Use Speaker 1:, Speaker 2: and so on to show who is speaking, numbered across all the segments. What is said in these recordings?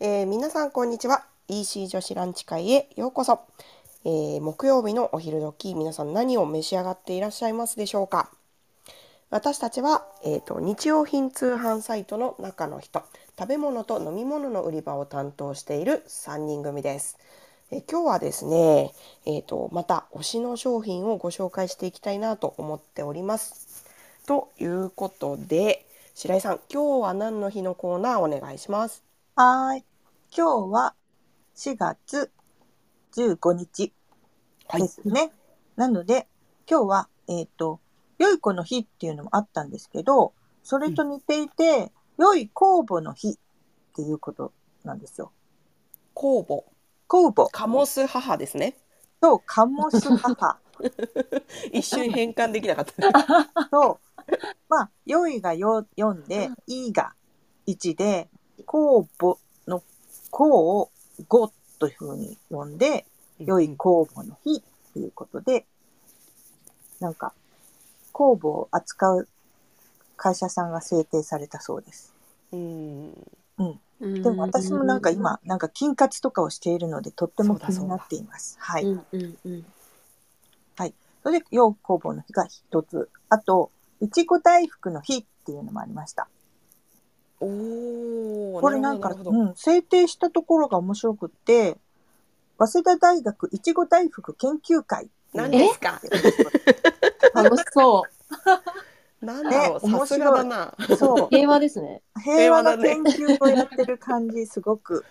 Speaker 1: えー皆さんこんにちは EC 女子ランチ会へようこそ、えー木曜日のお昼時皆さん何を召し上がっていらっしゃいますでしょうか私たちは、えー、と日用品通販サイトの中の人食べ物と飲み物の売り場を担当している3人組です。えー今日はですね、えー、とまた推しの商品をご紹介していきたいなと思っております。ということで白井さん今日は何の日のコーナーお願いします。
Speaker 2: はーい。今日は4月15日
Speaker 1: はい
Speaker 2: ですね。なので、今日は、えっ、と、良い子の日っていうのもあったんですけど、それと似ていて、良い公募の日っていうことなんですよ。
Speaker 1: 公募
Speaker 2: 公募
Speaker 1: カモス母ですね。
Speaker 2: とカモス母
Speaker 1: 一瞬変換できなかった。
Speaker 2: と、 まあ、良いがよ読んで、いいが1で、公募の公を5というふうに読んで、良い公募の日っていうことで、なんか、公募を扱う会社さんが制定されたそうです。
Speaker 1: うん。
Speaker 3: で
Speaker 2: でも私もなんか、今、なんか金活とかをしているので、とっても
Speaker 1: そうだ
Speaker 2: 気になっています。は
Speaker 3: う
Speaker 2: い。
Speaker 3: んうんうん、
Speaker 2: それで、要工房の日が一つ。あと、いちご大福の日っていうのもありました。
Speaker 1: おお。
Speaker 2: これなんか、
Speaker 1: るほど
Speaker 2: うん、制定したところが面白くって、早稲田大学いちご大福研究会っていう
Speaker 1: 何
Speaker 2: のをや
Speaker 1: ですか。
Speaker 2: ってます。
Speaker 3: 楽し そう
Speaker 1: なんだろう。
Speaker 2: ね
Speaker 1: さすがだな。
Speaker 2: そう。
Speaker 3: 平和ですね
Speaker 2: 平
Speaker 1: 平
Speaker 2: 和
Speaker 1: 和だ
Speaker 2: の
Speaker 1: ね
Speaker 2: 研究をやってる感じすごく、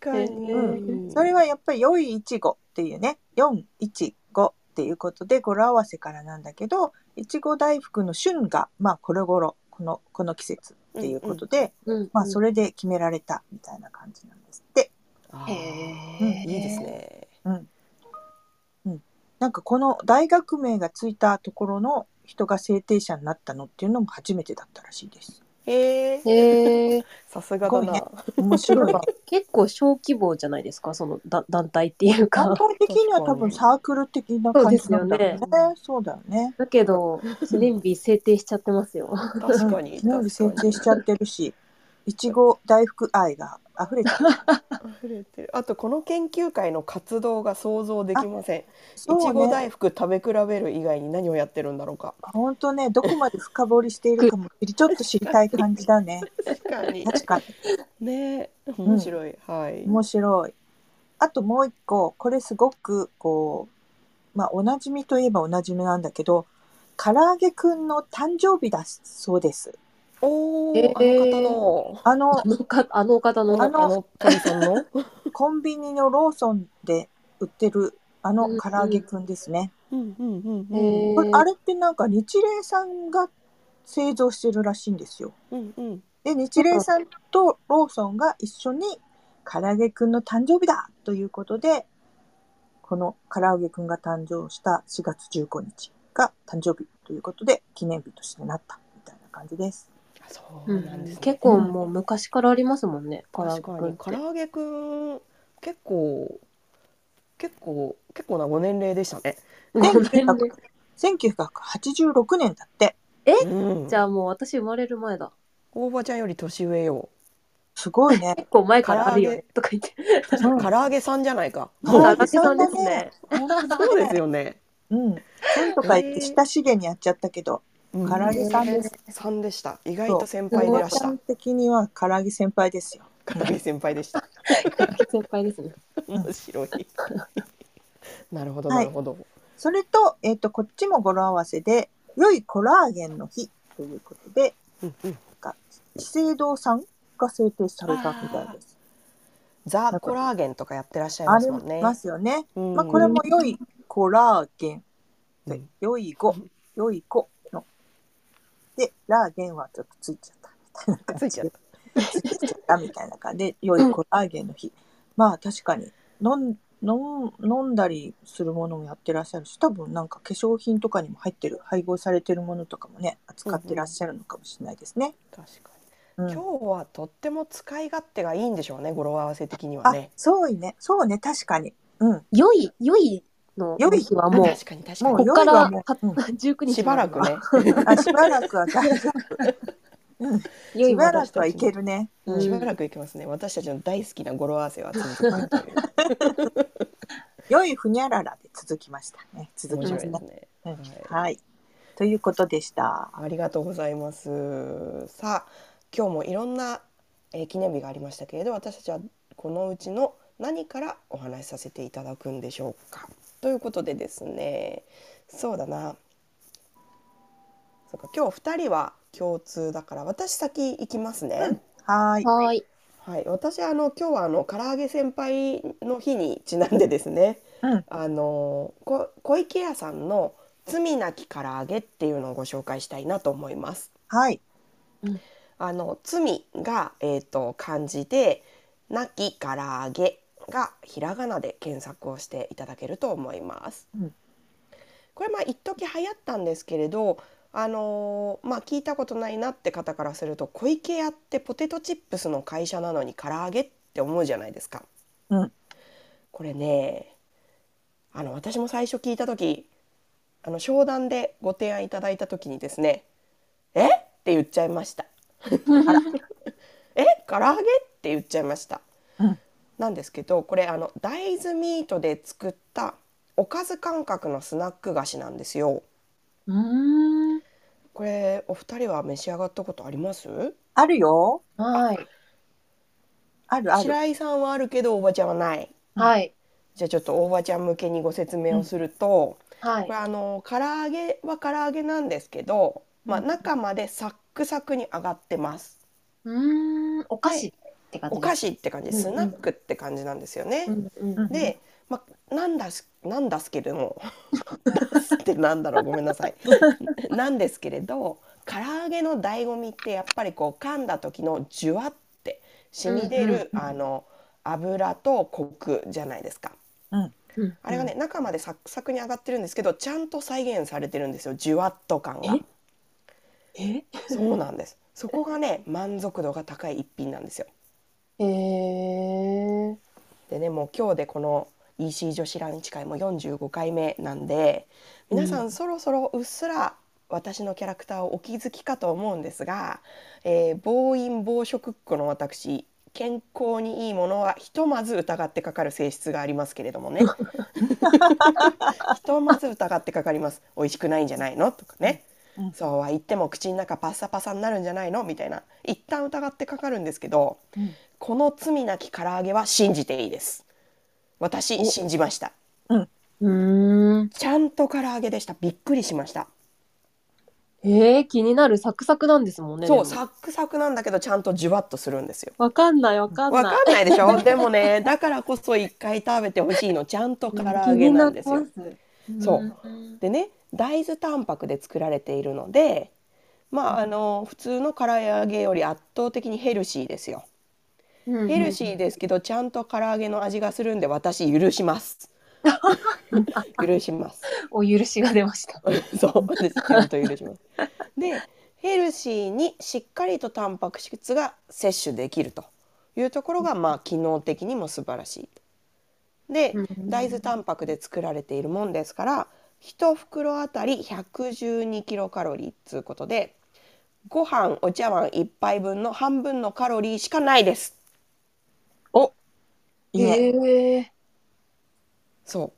Speaker 1: 確かに。
Speaker 3: うん
Speaker 2: それはやっぱり良いいちごっていうね415っていうことで語呂合わせからなんだけどいちご大福の旬がまあこれ頃このこの季節っていうことで、
Speaker 3: うん
Speaker 2: まあそ
Speaker 3: れ
Speaker 2: れで決められたみたいな感じなんですって
Speaker 1: あ
Speaker 3: へ
Speaker 1: ー
Speaker 3: え
Speaker 1: いいですね。
Speaker 2: なんかこの大学名がついたところの人が制定者になったのっていうのも初めてだったらしいです
Speaker 1: へえ。
Speaker 3: へえ
Speaker 1: さすがだな。
Speaker 2: 面白い
Speaker 3: なんか結構小規模じゃないですかそのだ団体ってい
Speaker 2: 団
Speaker 3: うか
Speaker 2: 体的には多分サークル的な感じなんだろうね
Speaker 1: そうですよね
Speaker 2: そうだよね
Speaker 3: だけど記念日制定しちゃってますよ
Speaker 1: 確かに。
Speaker 2: うん昨日
Speaker 1: 確
Speaker 2: 成
Speaker 1: かに
Speaker 2: 長しちゃって るし、いちご大福愛が溢れちゃう。
Speaker 1: 溢れてる。あとこの研究会の活動が想像できません。いち
Speaker 2: そう
Speaker 1: ご
Speaker 2: ね。
Speaker 1: 大福食べ比べる以外に何をやってるんだろうか。
Speaker 2: 本当ね、どこまで深掘りしているかもちょっと知りたい感じだね。
Speaker 1: 確かに。
Speaker 2: 確かに
Speaker 1: ねえ。面白い。はい。
Speaker 2: 面白い。あともう一個、これすごくこう、まあおなじみといえばおなじみなんだけど、唐揚げくんの誕生日だそうです。
Speaker 1: おお、
Speaker 3: えー
Speaker 1: あの
Speaker 2: あの
Speaker 3: あのかあの方の
Speaker 1: 方
Speaker 2: あ
Speaker 1: の、あの鳥さんの、
Speaker 2: コンビニのローソンで売ってるあの唐揚げくんですね。
Speaker 1: うんうんうん
Speaker 3: へ
Speaker 1: うん、
Speaker 2: これ
Speaker 3: え
Speaker 2: あれってなんか日霊さんが製造してるらしいんですよ。
Speaker 1: うんうん、
Speaker 2: で日霊さんとローソンが一緒に唐揚げくんの誕生日だということでこの唐揚げくんが誕生した4月15日が誕生日ということで記念日としてなったみたいな感じ です。
Speaker 1: あそううなんで
Speaker 3: ん
Speaker 1: す、ね
Speaker 3: 結構もう昔からありますもんね唐揚げ
Speaker 1: 確か
Speaker 3: くんっ
Speaker 1: に
Speaker 3: て
Speaker 1: 唐揚げくん結構結構結構なご年齢でしたね。
Speaker 3: ごめんね
Speaker 2: 1986年だって
Speaker 3: え
Speaker 1: うん
Speaker 3: じ、ゃあもう私生まれる前だ
Speaker 1: 大場ちゃんより年上よ。
Speaker 2: すごいね。
Speaker 3: 結構前からあるよ
Speaker 1: 唐揚
Speaker 3: ねとか言って
Speaker 2: うん
Speaker 1: 唐揚げさんじゃないか。
Speaker 2: 唐揚げ
Speaker 3: あ私さんですね
Speaker 2: 本当だね
Speaker 1: そうですよね。
Speaker 2: うん。なんとか言って親しげにやっちゃったけ
Speaker 1: う
Speaker 2: ど、
Speaker 1: ん
Speaker 2: 唐揚げさんです。
Speaker 1: さんでした。意外と先
Speaker 2: お
Speaker 1: 輩で
Speaker 2: ば
Speaker 1: らし
Speaker 2: ちゃ
Speaker 1: た
Speaker 2: ん。的には唐揚げ先輩ですよ。
Speaker 1: 唐揚げ先輩でした。
Speaker 3: 先輩ですね
Speaker 1: 面白い。 なるほど
Speaker 2: は
Speaker 1: ないるほど。
Speaker 2: それと、えっ、と、こっちも語呂合わせで、良いコラーゲンの日ということで、
Speaker 1: うんうん
Speaker 2: 資生堂さんが制定されたみたいです。
Speaker 1: ザコラーゲンとかやってらっしゃい
Speaker 2: あ
Speaker 1: ます
Speaker 2: り
Speaker 1: もんね。
Speaker 2: ますよね。
Speaker 1: うん
Speaker 2: まあ、これも良いコラーゲン。
Speaker 1: うん
Speaker 2: 良い語。良い子の。で、ラーゲンはちょっとついちゃった。みたいな
Speaker 1: つ
Speaker 2: 感
Speaker 1: い
Speaker 2: じ
Speaker 1: ちゃ
Speaker 2: で
Speaker 1: っ。
Speaker 2: ついちゃったみたいな感じで、良いコラーゲンの日。まあ、確かに。飲ん飲ん飲んだりするものもやってらっしゃるし多分なんか化粧品とかにも入ってる配合されてるものとかもね扱ってらっしゃるのかもしれないですね。
Speaker 1: た。確かに。
Speaker 2: うん
Speaker 1: 今日はとっても使い勝手がいいんでしょうね語呂合わせ的には
Speaker 2: あ
Speaker 1: ね。
Speaker 2: そういねそうね確かに。うん、
Speaker 3: 良い良いの
Speaker 2: 良い
Speaker 3: 日は
Speaker 1: あ
Speaker 3: もう
Speaker 1: 確かに確
Speaker 2: も
Speaker 1: か
Speaker 2: う
Speaker 3: こ
Speaker 2: 良
Speaker 3: っ
Speaker 2: い
Speaker 3: から
Speaker 2: はもう、
Speaker 3: 19
Speaker 1: に。し
Speaker 3: 日
Speaker 1: ばらくね。
Speaker 2: うんあしばらくは大丈夫。うん、
Speaker 3: 良
Speaker 2: し
Speaker 3: い
Speaker 2: ば
Speaker 3: 私
Speaker 2: らく
Speaker 3: た
Speaker 2: はい
Speaker 3: ち
Speaker 2: けるね。
Speaker 3: うん
Speaker 1: しばらくいけますね。私たちの大好きな語呂合わせを集めてくると いう。
Speaker 2: 良いふにゃららで続きましたね。続
Speaker 1: 面
Speaker 2: き
Speaker 1: 白
Speaker 2: ま
Speaker 1: い
Speaker 2: す
Speaker 1: で
Speaker 2: ね
Speaker 1: す。ね。
Speaker 2: うん
Speaker 1: はい
Speaker 2: はい。ということでした。
Speaker 1: ありがとうございます。さあ、今日もいろんな、えー記念日がありましたけれど、私たちはこのうちの何からお話しさせていただくんでしょうか。ということでですね、そうだな。そうか、今日二人は共通だから、私先行きますね。
Speaker 2: はい。
Speaker 3: はい。
Speaker 1: はい、私あの今日はあの唐揚げ先輩の日にちなんでですね、
Speaker 2: うん
Speaker 1: あのこ小池屋さんの罪なき唐揚げっていうのをご紹介したいなと思います。
Speaker 2: はい。
Speaker 1: あの罪がえっ、と漢字でなき唐揚げがひらがなで検索をしていただけると思います。
Speaker 2: うん
Speaker 1: これまあ一時流行ったんですけれど。あのまあ聞いたことないなって方からすると小池屋ってポテトチップスの会社なのに唐揚げって思うじゃないですか。
Speaker 2: うん
Speaker 1: これねあの私も最初聞いた時あの商談でご提案いただいた時にですね「えっ?」て言っちゃいました。え唐揚げって言っちゃいました、
Speaker 2: うん
Speaker 1: なんですけどこれあの大豆ミートで作ったおかず感覚のスナック菓子なんですよ
Speaker 3: うん。
Speaker 1: これお二人は召し上がったことあります
Speaker 2: あるよ。
Speaker 3: はい。
Speaker 2: あるある。
Speaker 1: 白井さんはあるけどおばちゃんはない
Speaker 3: はい。
Speaker 1: じゃあちょっとおばちゃん向けにご説明をすると、
Speaker 3: はい
Speaker 1: これ。あの唐揚げは唐揚げなんですけど、まあ、
Speaker 2: うん
Speaker 1: 中までサックサクに揚がってます
Speaker 3: うん。お菓子って感じ。
Speaker 1: お菓
Speaker 3: 子。
Speaker 1: 子って感じ
Speaker 3: うんうん
Speaker 1: スナックって感じなんですよね、
Speaker 3: うんうん
Speaker 2: うん
Speaker 1: で、まあ、なんだすなんだすけれども なんすってなんだろうごめんな さいなんですけれど唐揚げの醍醐味ってやっぱりこう噛んだ時のジュワって染み出る、
Speaker 2: うんうんうん
Speaker 1: あの油とコクじゃないですか
Speaker 3: うん
Speaker 1: あれがね、中までサクサクに揚がってるんですけどちゃんと再現されてるんですよジュワッと感が
Speaker 3: ええ
Speaker 1: そうなんですそこがね満足度が高い一品なんですよ
Speaker 3: へえ。
Speaker 1: でねもう今日でこの EC 女子ランチ会も45回目なんで皆さ
Speaker 3: うん
Speaker 1: そろそろうっすら私のキャラクターをお気づきかと思うんですが、えー暴飲暴食っ子の私健康にいいものはひとまず疑ってかかる性質がありますけれど もねひとまず疑ってかかります美味しくないんじゃないのとかね、
Speaker 2: うん
Speaker 1: そうは言っても口の中パッサパサになるんじゃないのみたいな一旦疑ってかかるんですけど、
Speaker 2: うん
Speaker 1: この罪なき唐揚げは信じていいです私信じました
Speaker 3: うん。
Speaker 1: ちゃんと唐揚げでしたびっくりしました、
Speaker 3: えー、気になるサクサクなんですもんね。
Speaker 1: そう
Speaker 3: でも
Speaker 1: サックサクなんだけどちゃんとジュワッとするんですよ
Speaker 3: わかんないわかん
Speaker 1: わ
Speaker 3: ない。
Speaker 1: かんないでしょ でもねだからこそ一回食べてほしいのちゃんと唐揚げなんです よ
Speaker 3: うん
Speaker 1: そう。でね大豆タンパクで作られているのでまああの普通の唐揚げより圧倒的にヘルシーですよ
Speaker 3: うん
Speaker 1: ヘルシーですけどちゃんと唐揚げの味がするんで私許します 許します
Speaker 3: お許しが出ました。
Speaker 1: そうですちゃんと許しますでヘルシーにしっかりとタンパク質が摂取できるというところがまあ機能的にも素晴らしいで
Speaker 3: うん
Speaker 1: 大豆タンパクで作られているもんですから1袋あたり112キロカロリーっつうことでご飯お茶碗1杯分の半分のカロリーしかないです
Speaker 2: いいね
Speaker 3: ええ。
Speaker 1: そ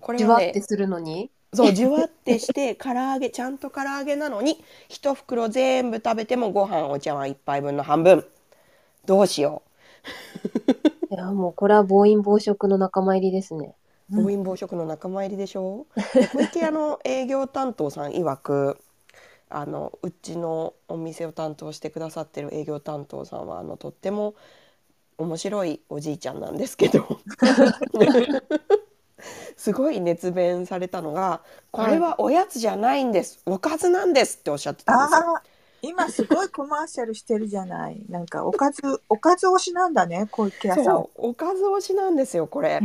Speaker 1: うこれ
Speaker 3: じゅわ
Speaker 1: は
Speaker 3: って
Speaker 1: ね
Speaker 3: するのに。
Speaker 1: そうじゅわってして 唐揚げちゃんと唐揚げなのに一袋全部食べてもご飯お茶碗一杯分の半分どうしよ
Speaker 3: いやもうこれは暴飲暴食の仲間入りですね。
Speaker 1: う暴飲暴食の仲間入りでしょ う小池屋の営業担当さん曰くあのうちのお店を担当してくださってる営業担当さんはあのとっても面白いおじいちゃんなんですけ どすごい熱弁されたのが「これはおやつじゃないんですおかずなんです」っておっしゃってたんですよ。
Speaker 2: ああ、今すごいコマーシャルしてるじゃない。 なんかおかず、おかず推しなんだね、小池屋さん
Speaker 1: そう。おかず推しなんですよこれ
Speaker 2: う。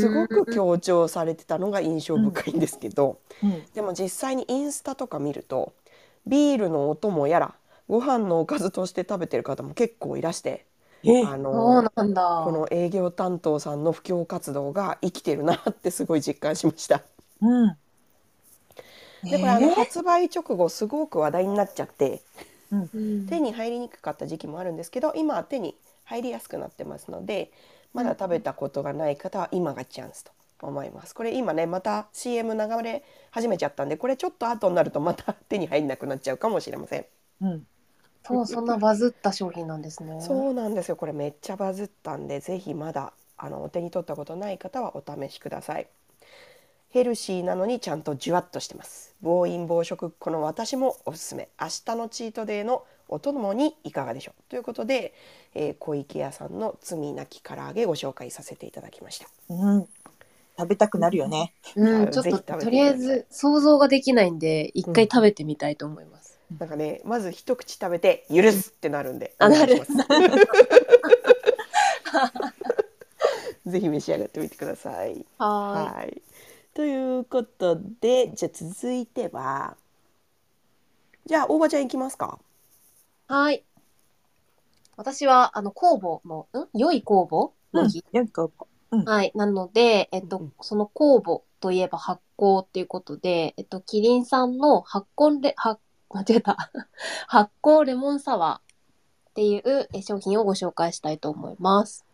Speaker 1: す
Speaker 3: す
Speaker 1: ごく強調されてたのが印象深いんですけど、
Speaker 2: うん
Speaker 1: でも実際にインスタとか見るとビールのお供やらご飯のおかずとして食べてる方も結構いらして
Speaker 2: え
Speaker 1: あ
Speaker 3: そう
Speaker 1: の
Speaker 3: なんだ。
Speaker 1: この営業担当さんの布教活動が生きてるなってすごい実感しました。
Speaker 2: うん。
Speaker 1: でこれあの
Speaker 2: えー
Speaker 1: 発売直後すごく話題になっちゃって
Speaker 3: うん
Speaker 1: 手に入りにくかった時期もあるんですけど今は手に入りやすくなってますのでまだ食べたことがない方は今がチャンスと思いますこれ今ねまた CM 流れ始めちゃったんでこれちょっと後になるとまた手に入んなくなっちゃうかもしれません
Speaker 2: うん。
Speaker 3: そう、そんなバズった商品なんですね。
Speaker 1: そうなんですよこれめっちゃバズったんでぜひまだあのお手に取ったことない方はお試しくださいヘルシーなのにちゃんとじゅわっとしてます暴飲暴食この私もおすすめ明日のチートデイのお供にいかがでしょうということで、えー小池屋さんの罪なき唐揚げご紹介させていただきました
Speaker 2: うん。食べたくなるよね。
Speaker 3: うん、ちょっ
Speaker 1: ぜひ食べ
Speaker 3: と
Speaker 1: てください
Speaker 3: とりあえず想像ができないんで、一回食べてみたいと思います。
Speaker 1: なんかねまず一口食べて許すってなるんで
Speaker 3: あなる
Speaker 1: お願いし ます ぜひ召し上がってみてください
Speaker 3: は
Speaker 1: はい。ということで、じゃあ続いては、じゃあ大場ちゃん行きますか。
Speaker 3: い。はい。私は、あの、酵母の、ん良い酵母
Speaker 2: う
Speaker 3: の
Speaker 2: ん
Speaker 3: 日。。
Speaker 2: よく
Speaker 3: はい。なので、えっ
Speaker 1: う
Speaker 3: と
Speaker 1: ん、
Speaker 3: その酵母といえば発酵っていうことで、えっと、キリンさんの発酵レ、発、 間違えた。発酵レモンサワーっていうえ商品をご紹介したいと思います。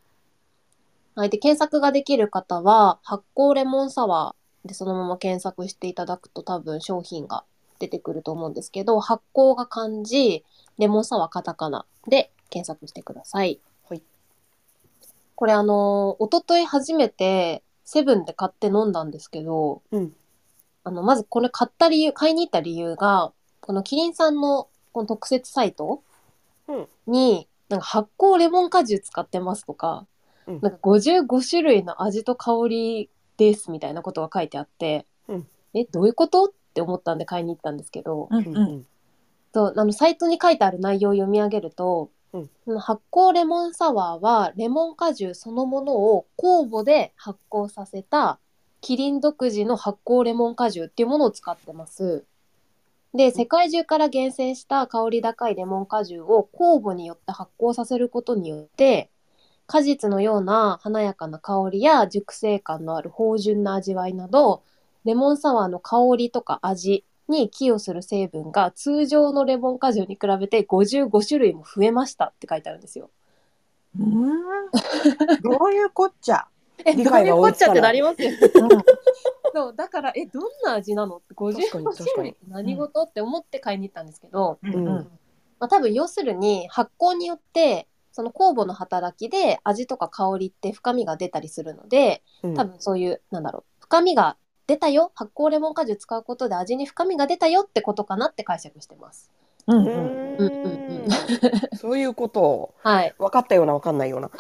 Speaker 3: はい。で、検索ができる方は、発酵レモンサワーでそのまま検索していただくと多分商品が出てくると思うんですけど、発酵が漢字、レモンサワーカタカナで検索してください。
Speaker 1: はい。
Speaker 3: これあのー、おととい初めてセブンで買って飲んだんですけど、
Speaker 1: うん。
Speaker 3: あの、まずこれ買った理由、買いに行った理由が、このキリンさんのこの特設サイト
Speaker 1: うん
Speaker 3: に、なんか発酵レモン果汁使ってますとか、
Speaker 1: うん
Speaker 3: なんか55種類の味と香りですみたいなことが書いてあって、
Speaker 1: うん
Speaker 3: え、どういうことって思ったんで買いに行ったんですけど、
Speaker 2: う
Speaker 1: う
Speaker 2: んうん。
Speaker 1: ん。
Speaker 3: そう、あの、サイトに書いてある内容を読み上げると、
Speaker 1: うん
Speaker 3: その発酵レモンサワーは、レモン果汁そのものを酵母で発酵させた、キリン独自の発酵レモン果汁っていうものを使ってます。で、世界中から厳選した香り高いレモン果汁を酵母によって発酵させることによって、果実のような華やかな香りや熟成感のある芳醇な味わいなど、レモンサワーの香りとか味に寄与する成分が通常のレモン果汁に比べて55種類も増えましたって書いてあるんですよ。
Speaker 2: うん。どういうこっちゃ。
Speaker 3: え、
Speaker 1: 理解が
Speaker 3: どういうこ
Speaker 1: 追い
Speaker 3: っ
Speaker 1: つ
Speaker 3: ち
Speaker 1: か
Speaker 3: ゃ
Speaker 1: な
Speaker 3: っ
Speaker 1: い
Speaker 3: てなりますよ。
Speaker 2: うん。
Speaker 3: そう、だから、え、どんな味なのって
Speaker 1: 確かに確かに
Speaker 3: 55種類って何事って思って買いに行ったんですけど、
Speaker 2: う
Speaker 1: うん
Speaker 2: ん。
Speaker 3: まあ、多分要するに発酵によってその酵母の働きで味とか香りって深みが出たりするので
Speaker 1: うん
Speaker 3: 多分そういう、なんだろう深みが出たよ発酵レモン果汁使うことで味に深みが出たよってことかなって解釈してます。
Speaker 2: う。
Speaker 1: うん
Speaker 2: うん。
Speaker 1: ん
Speaker 3: うんうんうん
Speaker 1: そういうこと。
Speaker 3: はい、
Speaker 1: 分かったような分かんないような。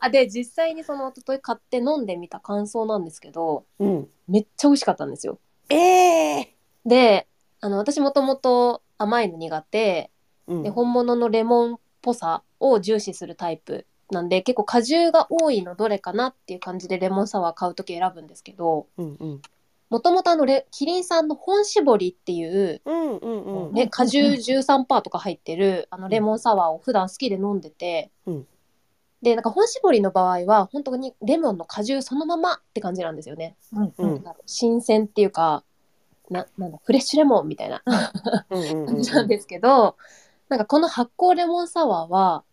Speaker 3: あで実際にその一昨日買って飲んでみた感想なんですけど
Speaker 1: うん。
Speaker 3: めっちゃ美味しかったんですよ。
Speaker 1: ええ
Speaker 3: であの私もともと甘いの苦手
Speaker 1: ー。うん
Speaker 3: で本物のレモンっぽさを重視するタイプなんで結構果汁が多いのどれかなっていう感じでレモンサワー買う時選ぶんですけど
Speaker 1: うんうん
Speaker 3: もともとあのレキリンさんの本搾りっていう、
Speaker 1: うんうんうん
Speaker 3: ね、果汁13%とか入ってるあのレモンサワーを普段好きで飲んでて、
Speaker 1: うん
Speaker 3: でなんか本搾りの場合は本当にレモンの果汁そのままって感じなんですよね、
Speaker 2: うん。
Speaker 1: うん
Speaker 3: なんだろう新鮮っていうかななんだフレッシュレモンみたいな
Speaker 1: うんうんうん
Speaker 3: 感じなんですけど、なんかこの発酵レモンサワーは、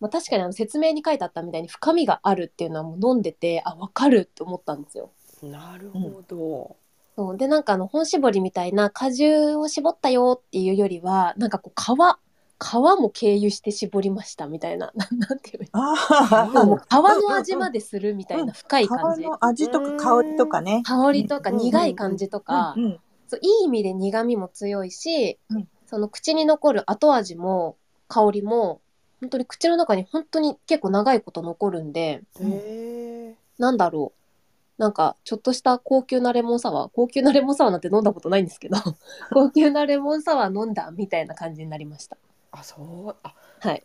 Speaker 3: まあ、確かにあの説明に書いてあったみたいに深みがあるっていうのはもう飲んでて、あ、わかるって思ったんですよ。
Speaker 1: なるほど。
Speaker 3: そうで、なんかあの本搾りみたいな果汁を絞ったよっていうよりは、なんかこう皮、皮も経由して絞りましたみたいな、な なんていうの
Speaker 2: あ
Speaker 1: うん
Speaker 2: あ。
Speaker 3: 皮の味までするみたいな深い感
Speaker 2: 皮
Speaker 3: じ。
Speaker 2: の味とか香りとかね。
Speaker 3: 香りとか苦い感じとか
Speaker 2: う、ん。
Speaker 3: そういい意味で苦味も強いし、
Speaker 2: うん
Speaker 3: その口に残る後味も香りも本当に口の中に本当に結構長いこと残るんで
Speaker 2: うん
Speaker 1: ええ
Speaker 3: なんだろうなんかちょっとした高級なレモンサワー高級なレモンサワーなんて飲んだことないんです けど高級なレモンサワー飲んだみたいな感じになりました
Speaker 1: あ、そう。あ、
Speaker 3: はい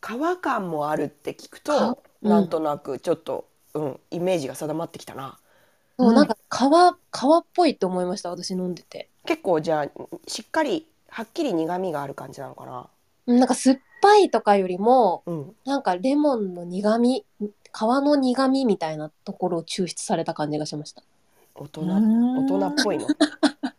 Speaker 1: 皮感もあるって聞く
Speaker 3: か
Speaker 1: と、
Speaker 3: うん
Speaker 1: なんとなくちょっと、うん、イメージが定まってきたな。
Speaker 3: そううんなんか皮皮っぽいって思いました私飲んでて
Speaker 1: 結構じゃあしっかりはっきり苦味がある感じなのかな。
Speaker 3: うんなんか酸っぱいとかよりも
Speaker 1: うん。
Speaker 3: なんかレモンの苦味皮の苦味みたいなところを抽出された感じがしました
Speaker 1: 大人、
Speaker 2: 大
Speaker 1: 大人っぽいの。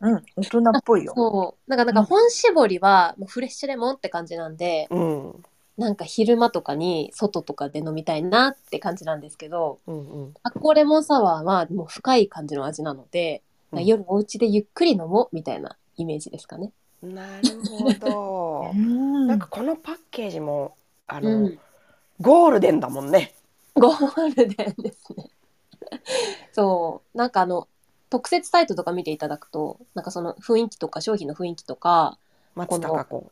Speaker 2: うん、大人っぽいよ。
Speaker 3: そう。なんか、なんか本絞りは、もうフレッシュレモンって感じなんで、
Speaker 1: うん
Speaker 3: なんか昼間とかに外とかで飲みたいなって感じなんですけど、
Speaker 1: うんうん
Speaker 3: 発酵レモンサワーはもう深い感じの味なので、
Speaker 1: うん
Speaker 3: 夜お家でゆっくり飲もうみたいなイメージですかね。
Speaker 1: なるほど
Speaker 2: うん
Speaker 1: なんかこのパッケージもあ
Speaker 3: う
Speaker 1: の、
Speaker 3: ん。
Speaker 1: ゴールデンだもんね
Speaker 3: ゴールデンですね。そう。なんかあの、特設サイトとか見ていただくと、なんかその雰囲気とか商品の雰囲気とか、
Speaker 1: 松たか子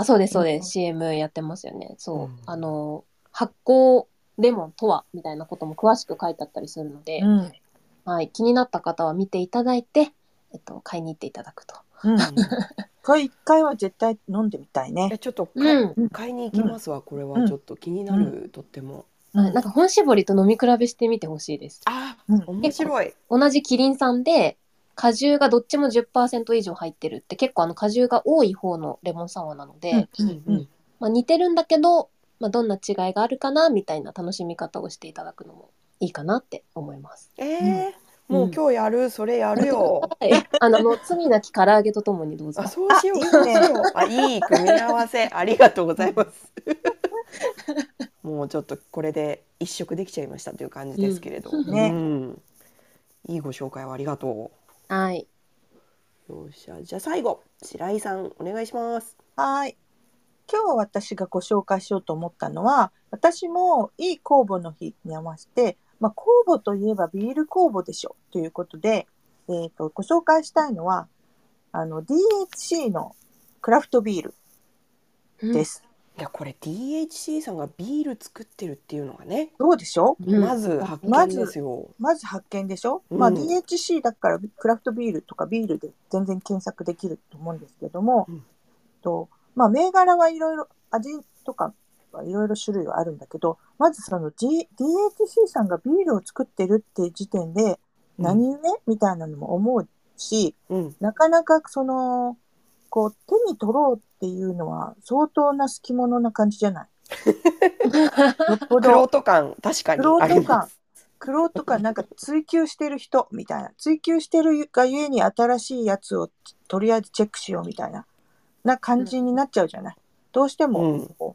Speaker 3: あ、そうです、そうで
Speaker 2: うん
Speaker 3: す。CM やってますよね。そう。
Speaker 1: うん
Speaker 3: あの、発酵レモンとはみたいなことも詳しく書いてあったりするので、
Speaker 2: うん。
Speaker 3: はい。気になった方は見ていただいて、えっと、買いに行っていただくと。
Speaker 2: うん。これ一回は絶対飲んでみたいね。
Speaker 1: えちょっとか、
Speaker 3: うん。
Speaker 1: 買いに行きますわこれ
Speaker 2: う
Speaker 1: は
Speaker 2: ん
Speaker 1: ちょっと気になる、とっても
Speaker 3: はいなんか本絞りと飲み比べしてみてほしいです。
Speaker 1: あ
Speaker 2: うん
Speaker 1: 面白い
Speaker 3: 同じキリンさんで果汁がどっちも10%以上入ってるって結構あの果汁が多い方のレモンサワーなので、
Speaker 2: うん
Speaker 1: うんうん
Speaker 3: まあ、似てるんだけど、まあ、どんな違いがあるかなみたいな楽しみ方をしていただくのもいいかなって思います。
Speaker 1: えー、もう今日やるそれやるよ
Speaker 3: はい、 あのあの罪なき唐揚げとともにどうぞ
Speaker 1: あ。そうしよう
Speaker 2: あいいね
Speaker 1: そうしようあいい組み合 わせありがとうございますもうちょっとこれで一食できちゃいましたという感じですけれど、
Speaker 3: うん
Speaker 2: ね
Speaker 1: うんいいご紹介をありがとう
Speaker 3: はい。
Speaker 1: よっしゃじゃあ最後白井さんお願いします。
Speaker 2: はい。今日私がご紹介しようと思ったのは、私もいい酵母の日に合わせて、まあ、酵母といえばビール酵母でしょということで、えー、とご紹介したいのは、あの DHC のクラフトビールで。す。
Speaker 1: いやこれ DHC さんがビール作ってるっていうのがね、
Speaker 2: どうでしょう
Speaker 3: うん
Speaker 1: まず発
Speaker 2: ま
Speaker 1: 見
Speaker 2: ず
Speaker 1: ですよ。
Speaker 2: まず発見でしょ、
Speaker 1: うん
Speaker 2: まあ DHC だからクラフトビールとかビールで全然検索できると思うんですけども、
Speaker 1: うん
Speaker 2: とまあ銘柄はいろいろ味とかはいろいろ種類はあるんだけど、まずその、G、DHC さんがビールを作ってるっていう時点で
Speaker 1: うん
Speaker 2: 何故、みたいなのも思うし、
Speaker 1: うん
Speaker 2: なかなかその、こう手に取ろうっていうのは相当な隙物な感じじゃない。よっぽ
Speaker 1: ク
Speaker 2: ど
Speaker 1: ロート感確かにあり
Speaker 2: 玄人感
Speaker 1: ます。
Speaker 2: 苦労とかなんか追求してる人みたいな追求してるがゆえに新しいやつをとりあえずチェックしようみたいなな感じになっちゃうじゃない、どうして
Speaker 1: う
Speaker 2: も
Speaker 1: ん
Speaker 2: こ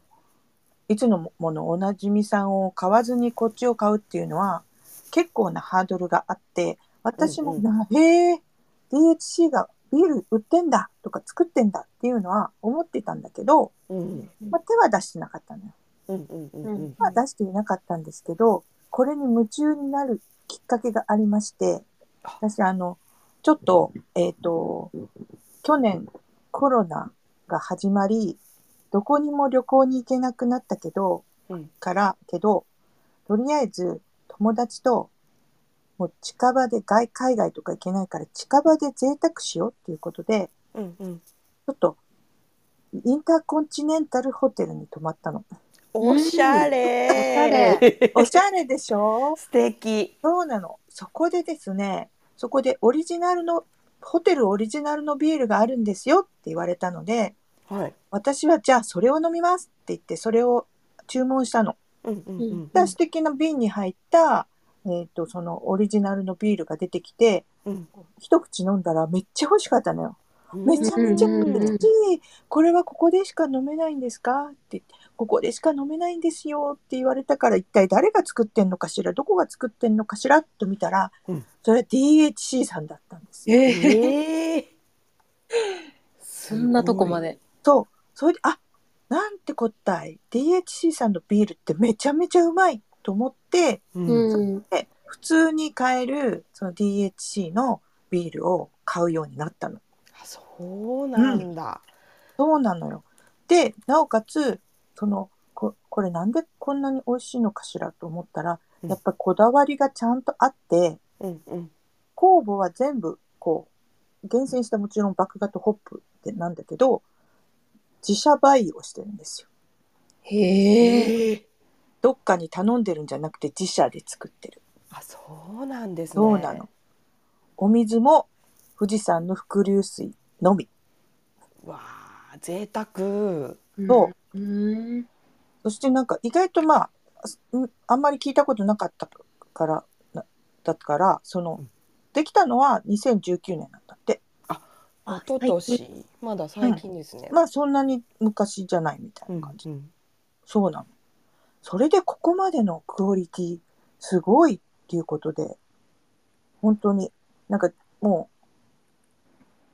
Speaker 2: ういつのものおなじみさんを買わずにこっちを買うっていうのは結構なハードルがあって私も
Speaker 1: うんうん
Speaker 2: な、へえ DHC がビール売ってんだとか作ってんだっていうのは思ってたんだけど、
Speaker 1: うん
Speaker 2: まあ、手は出してなかったのよ。
Speaker 1: うんうんうんうん。
Speaker 2: まあ出していなかったんですけど、これに夢中になるきっかけがありまして、私、あの、ちょっと、えっ、と、去年コロナが始まり、どこにも旅行に行けなくなったけど、
Speaker 1: うん
Speaker 2: から、けど、とりあえず友達と、もう近場で外、海外とか行けないから近場で贅沢しようっていうことで、
Speaker 1: うんうん。
Speaker 2: ちょっと、インターコンチネンタルホテルに泊まったの。
Speaker 1: おしゃれ。
Speaker 2: おしゃれでしょ
Speaker 1: 素敵。
Speaker 2: そうなの。そこでですね、そこでオリジナルの、ホテルオリジナルのビールがあるんですよって言われたので、
Speaker 1: はい。
Speaker 2: 私はじゃあそれを飲みますって言って、それを注文したの。
Speaker 1: うんうんうん
Speaker 2: で素敵な瓶に入った、えっ、と、そのオリジナルのビールが出てきて、
Speaker 1: うん
Speaker 2: 一口飲んだらめっちゃ欲しかったのよ。
Speaker 1: うん。
Speaker 2: めちゃめちゃ
Speaker 3: うんうんうん
Speaker 2: 嬉しい。これはここでしか飲めないんですかって言って、ここでしか飲めないんですよって言われたから、一体誰が作ってんのかしら、どこが作ってんのかしらと見たら、
Speaker 1: うん
Speaker 2: それは DHC さんだったんですよ。
Speaker 1: ええ。
Speaker 3: そんなとこまで。
Speaker 2: そう。それで、あ、なんてこったい。DHC さんのビールってめちゃめちゃうまいと思って、
Speaker 1: すごい。うん
Speaker 3: うん。
Speaker 2: で普通に買える、その DHC のビールを買うようになったの。
Speaker 1: あそうなんだ。
Speaker 2: そうなのよ。で、なおかつ、その、ここれなんでこんなに美味しいのかしらと思ったら、
Speaker 1: うん
Speaker 2: やっぱりこだわりがちゃんとあって、
Speaker 1: うんうん
Speaker 2: 酵母は全部、こう、厳選したもちろん麦芽とホップってなんだけど、自社培養してるんですよ。
Speaker 3: へえ。。
Speaker 1: え。
Speaker 2: どっかに頼んでるんじゃなくて自社で作ってる。
Speaker 1: あそうなんですね。
Speaker 2: そうなの。。お水も富士山の伏流水のみ。
Speaker 1: わあ贅沢。
Speaker 2: そう
Speaker 3: うん。
Speaker 2: そしてなんか意外とまあ、すんあんまり聞いたことなかったから、なだから、その
Speaker 1: うん、
Speaker 2: できたのは2019年なんだって。
Speaker 1: あ一
Speaker 3: あ
Speaker 1: 昨年まだ最近ですね。
Speaker 2: まあそんなに昔じゃないみた
Speaker 1: う
Speaker 2: い
Speaker 1: ん
Speaker 2: な感じ。
Speaker 1: うん
Speaker 2: そうなの。それでここまでのクオリティ、すごいっていうことで、本当に、なんかも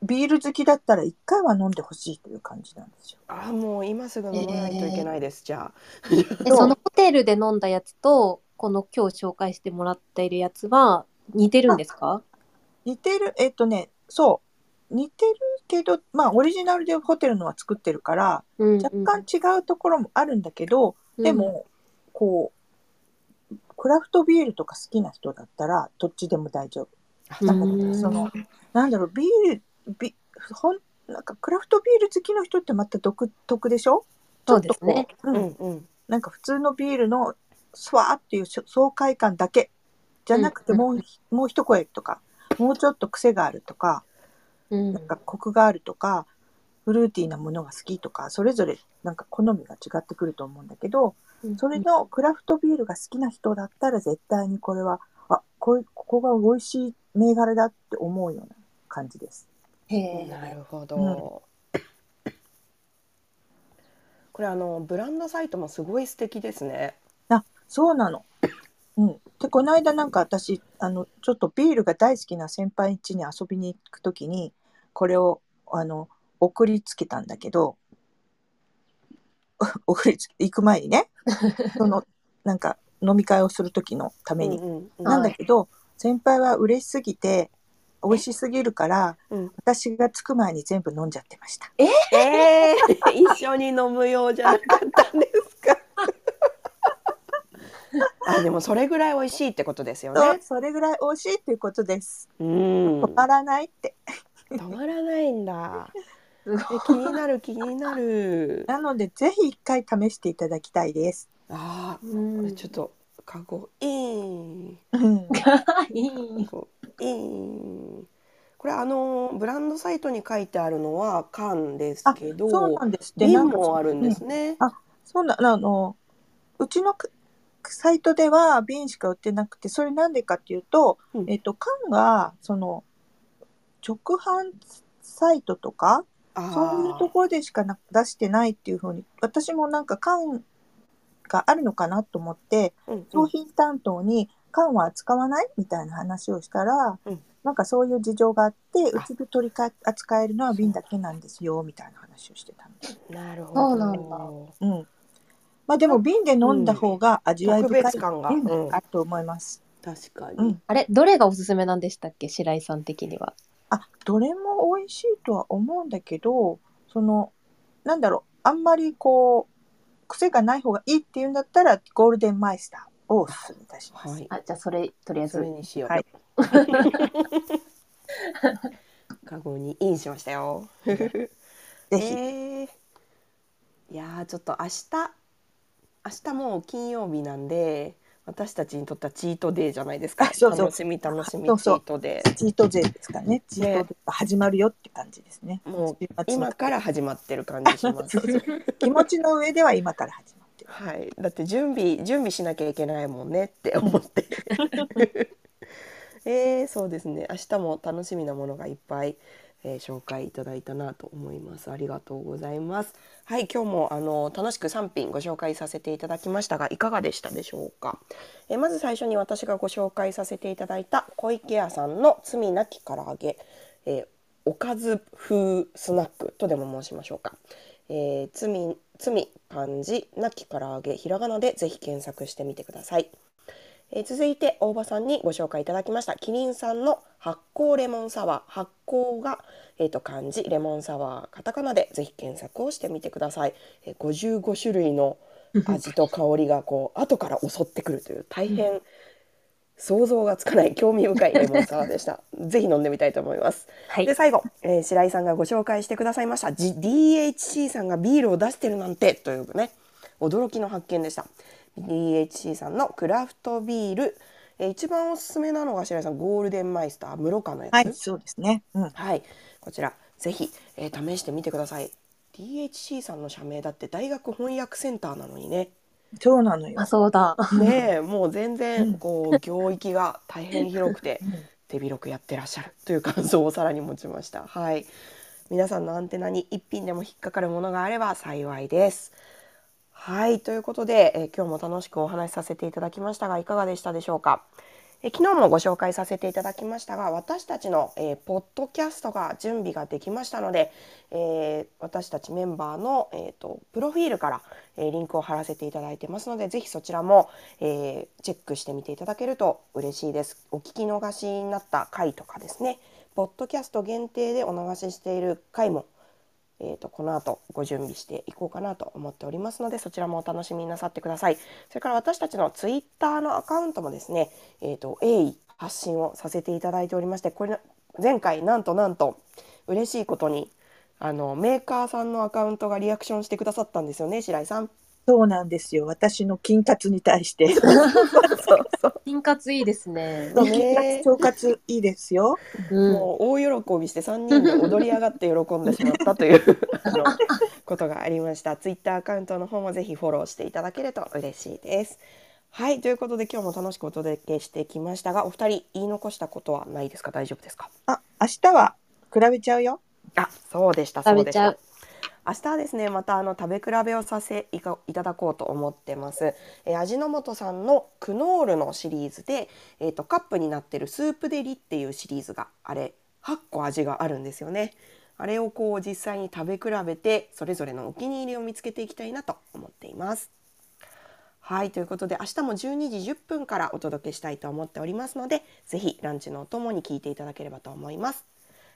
Speaker 2: う、ビール好きだったら一回は飲んでほしいという感じなんですよ。
Speaker 1: あーもう今すぐ飲まないといけないです、じゃあ。
Speaker 3: で、そのホテルで飲んだやつと、この今日紹介してもらっているやつは似てるんですか
Speaker 2: 似てる、えっとね、そう。似てるけど、まあオリジナルでホテルのは作ってるから、
Speaker 3: うんうん
Speaker 2: 若干違うところもあるんだけど、で、も、こう、クラフトビールとか好きな人だったら、どっちでも大丈夫。
Speaker 1: あ
Speaker 3: う
Speaker 2: なん
Speaker 3: ん
Speaker 2: かその、なんだろう、ビール、ビ、ほん、なんかクラフトビール好きの人ってまた独特でしょ
Speaker 3: そうですね。
Speaker 2: ちょっとこ
Speaker 1: う
Speaker 2: ううん
Speaker 1: んうん。
Speaker 2: なんか普通のビールのスワーっていうしょ爽快感だけじゃなくて、
Speaker 3: うん
Speaker 2: もう、もう一声とか、もうちょっと癖があるとか、
Speaker 3: うん
Speaker 2: なんかコクがあるとか、フルーティーなものが好きとか、それぞれなんか好みが違ってくると思うんだけど、それのクラフトビールが好きな人だったら絶対にこれは、あ、こうここが美味しい銘柄だって思うような感じです。
Speaker 3: へ
Speaker 1: な
Speaker 3: え。
Speaker 1: るほど。これあのブランドサイトもすごい素敵ですね。
Speaker 2: そうなの。うん。で、この間なんか私、あの、ちょっとビールが大好きな先輩家に遊びに行くときに、これを、あの、送りつけたんだけど、 送りつけ、行く前にね、 その、なんか飲み会をするときのために
Speaker 1: うんうんうん
Speaker 3: あ
Speaker 2: なんだけど、先輩は嬉しすぎて、美味しすぎるから、
Speaker 1: うん
Speaker 2: 私が着く前に全部飲んじゃってました。
Speaker 1: えー、一緒に飲むようじゃなかったんですか。 あでもそれぐらい美味しいってことですよ
Speaker 2: そう
Speaker 1: ね。
Speaker 2: それぐらい美味しいということです。
Speaker 1: うん。
Speaker 2: 止まらないって。
Speaker 1: 止まらないんだ。
Speaker 3: すごい
Speaker 1: え気になる気にな る。
Speaker 2: なので、ぜひ一回試していただきたいです。
Speaker 1: ああ、こ
Speaker 3: う
Speaker 1: れ
Speaker 3: ん
Speaker 1: ちょっとカゴイン。
Speaker 2: うん
Speaker 3: いい。
Speaker 1: こうイン。これあのブランドサイトに書いてあるのは缶ですけど、
Speaker 2: そうなんですって。な
Speaker 1: 瓶
Speaker 2: んか
Speaker 1: もあるんですね。
Speaker 2: そうなあの、うちのくサイトでは瓶しか売ってなくて、それなんでかっていうと、
Speaker 1: うん
Speaker 2: えっと、缶が、その、直販サイトとか、
Speaker 1: あー
Speaker 2: そういうところでしかな出してないっていうふうに、私もなんか缶があるのかなと思って、
Speaker 1: うんう
Speaker 2: 商
Speaker 1: ん
Speaker 2: 品担当に缶は扱わないみたいな話をしたら、
Speaker 1: うん
Speaker 2: なんかそういう事情があって、
Speaker 1: あ
Speaker 2: うちで取りか扱えるのは瓶だけなんですよ、みたいな話をしてたの。
Speaker 1: なるほ
Speaker 3: そうなんだ
Speaker 1: ど。
Speaker 2: うん。まあでも瓶で飲んだ方が味わい深い、
Speaker 1: 特別感が
Speaker 2: うん
Speaker 1: うん
Speaker 2: あると思います。
Speaker 1: 確か
Speaker 2: う
Speaker 1: に
Speaker 2: ん。。
Speaker 3: あれ、どれがおすすめなんでしたっけ白井さん的には。
Speaker 2: あ、どれも美味しいとは思うんだけど、その、なんだろう、あんまりこう、癖がない方がいいっていうんだったら、ゴールデンマイスターをおすすめいたします。
Speaker 1: はい。
Speaker 3: あ、じゃあそれ、とりあえ
Speaker 1: それにしよう。
Speaker 2: はい
Speaker 1: カゴにインしましたよ。
Speaker 2: ぜひ、
Speaker 1: えーいやーちょっと明日明日もう金曜日なんで私たちにとってはチートデーじゃないですか
Speaker 2: あそうそう
Speaker 1: 楽しみ楽しみ
Speaker 2: そうそう
Speaker 1: チートデ
Speaker 2: チート税ですかね。チー
Speaker 1: ね
Speaker 2: ト税が始まるよって感じですね。
Speaker 1: ーもう
Speaker 2: 週末の
Speaker 1: 今から始まってる感じします
Speaker 2: そうそう気持ちの上では今から始まってる。
Speaker 1: はいだって準備準備しなきゃいけないもんねって思って えー、そうですね明日も楽しみなものがいっぱい、えー紹介いただいたなと思いますありがとうございますはい今日もあの楽しく3品ご紹介させていただきましたがいかがでしたでしょうか、えーまず最初に私がご紹介させていただいた小池屋さんの罪なき唐揚げ、えーおかず風スナックとでも申しましょうかえー、罪罪漢字なき唐揚げひらがなでぜひ検索してみてくださいえー続いて大場さんにご紹介いただきましたキリンさんの発酵レモンサワー発酵が、えー、と漢字レモンサワーカタカナでぜひ検索をしてみてください、えー55種類の味と香りがこう後から襲ってくるという大変想像がつかない興味深いレモンサワーでしたぜひ飲んでみたいと思います
Speaker 3: はい
Speaker 1: で。最後、えー白井さんがご紹介してくださいました、じ DHC さんがビールを出してるなんてというね驚きの発見でした DHC さんのクラフトビール、えー一番おすすめなのが白井さんゴールデンマイスター室賀のやつ、
Speaker 2: はい、そうですね。うん。
Speaker 1: はい、こちらぜひ、えー試してみてください DHC さんの社名だって大学翻訳センターなのに ね
Speaker 2: そうなのよ
Speaker 3: あ、。そうだ。
Speaker 1: ねえもう全然
Speaker 2: うん
Speaker 1: こう領域が大変広くて手広くやってらっしゃるという感想をさらに持ちました。はい。皆さんのアンテナに一品でも引っかかるものがあれば幸いです。はい、ということで、えー今日も楽しくお話しさせていただきましたが、いかがでしたでしょうか。えー昨日もご紹介させていただきましたが、私たちの、えーポッドキャストが準備ができましたので、えー私たちメンバーの、えーとプロフィールから、えーリンクを貼らせていただいてますので、ぜひそちらも、えーチェックしてみていただけると嬉しいです。お聞き逃しになった回とかですね、ポッドキャスト限定でお流ししている回も、えー、とこの後ご準備していこうかなと思っておりますので、そちらもお楽しみになさってください。それから私たちのツイッターのアカウントもですね、えー、と鋭意発信をさせていただいておりまして、これな前回なんとなんと嬉しいことにあのメーカーさんのアカウントがリアクションしてくださったんですよね、白井さん。
Speaker 2: そうなんですよ。私の金活に対して。
Speaker 1: そうそう。
Speaker 3: 金活いいですね。
Speaker 2: 金 活、腸活いいですよ。
Speaker 3: うん。
Speaker 1: もう大喜びして3人で踊り上がって喜んでしまったという あのことがありましたツイッターアカウントの方もぜひフォローしていただけると嬉しいです。はいということで今日も楽しくお届けしてきましたがお二人言い残したことはないですか大丈夫ですか
Speaker 2: あ、明日は比べちゃうよ。
Speaker 1: あそうでしたそ
Speaker 3: 食
Speaker 1: う
Speaker 3: べ
Speaker 1: でし
Speaker 3: ち
Speaker 1: た
Speaker 3: ゃう。
Speaker 1: 明日はですねまたあの食べ比べをさせいかいただこうと思ってます、えー味の素さんのクノールのシリーズで、えー、とカップになってるスープデリっていうシリーズがあれ8個味があるんですよねあれをこう実際に食べ比べてそれぞれのお気に入りを見つけていきたいなと思っていますはいということで明日も12時10分からお届けしたいと思っておりますのでぜひランチのお供に聞いていただければと思います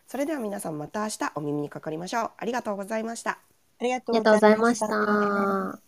Speaker 1: それでは皆さんまた明日お耳にかかりましょうありがとうございました
Speaker 2: ありがとう
Speaker 3: ありがとうございました。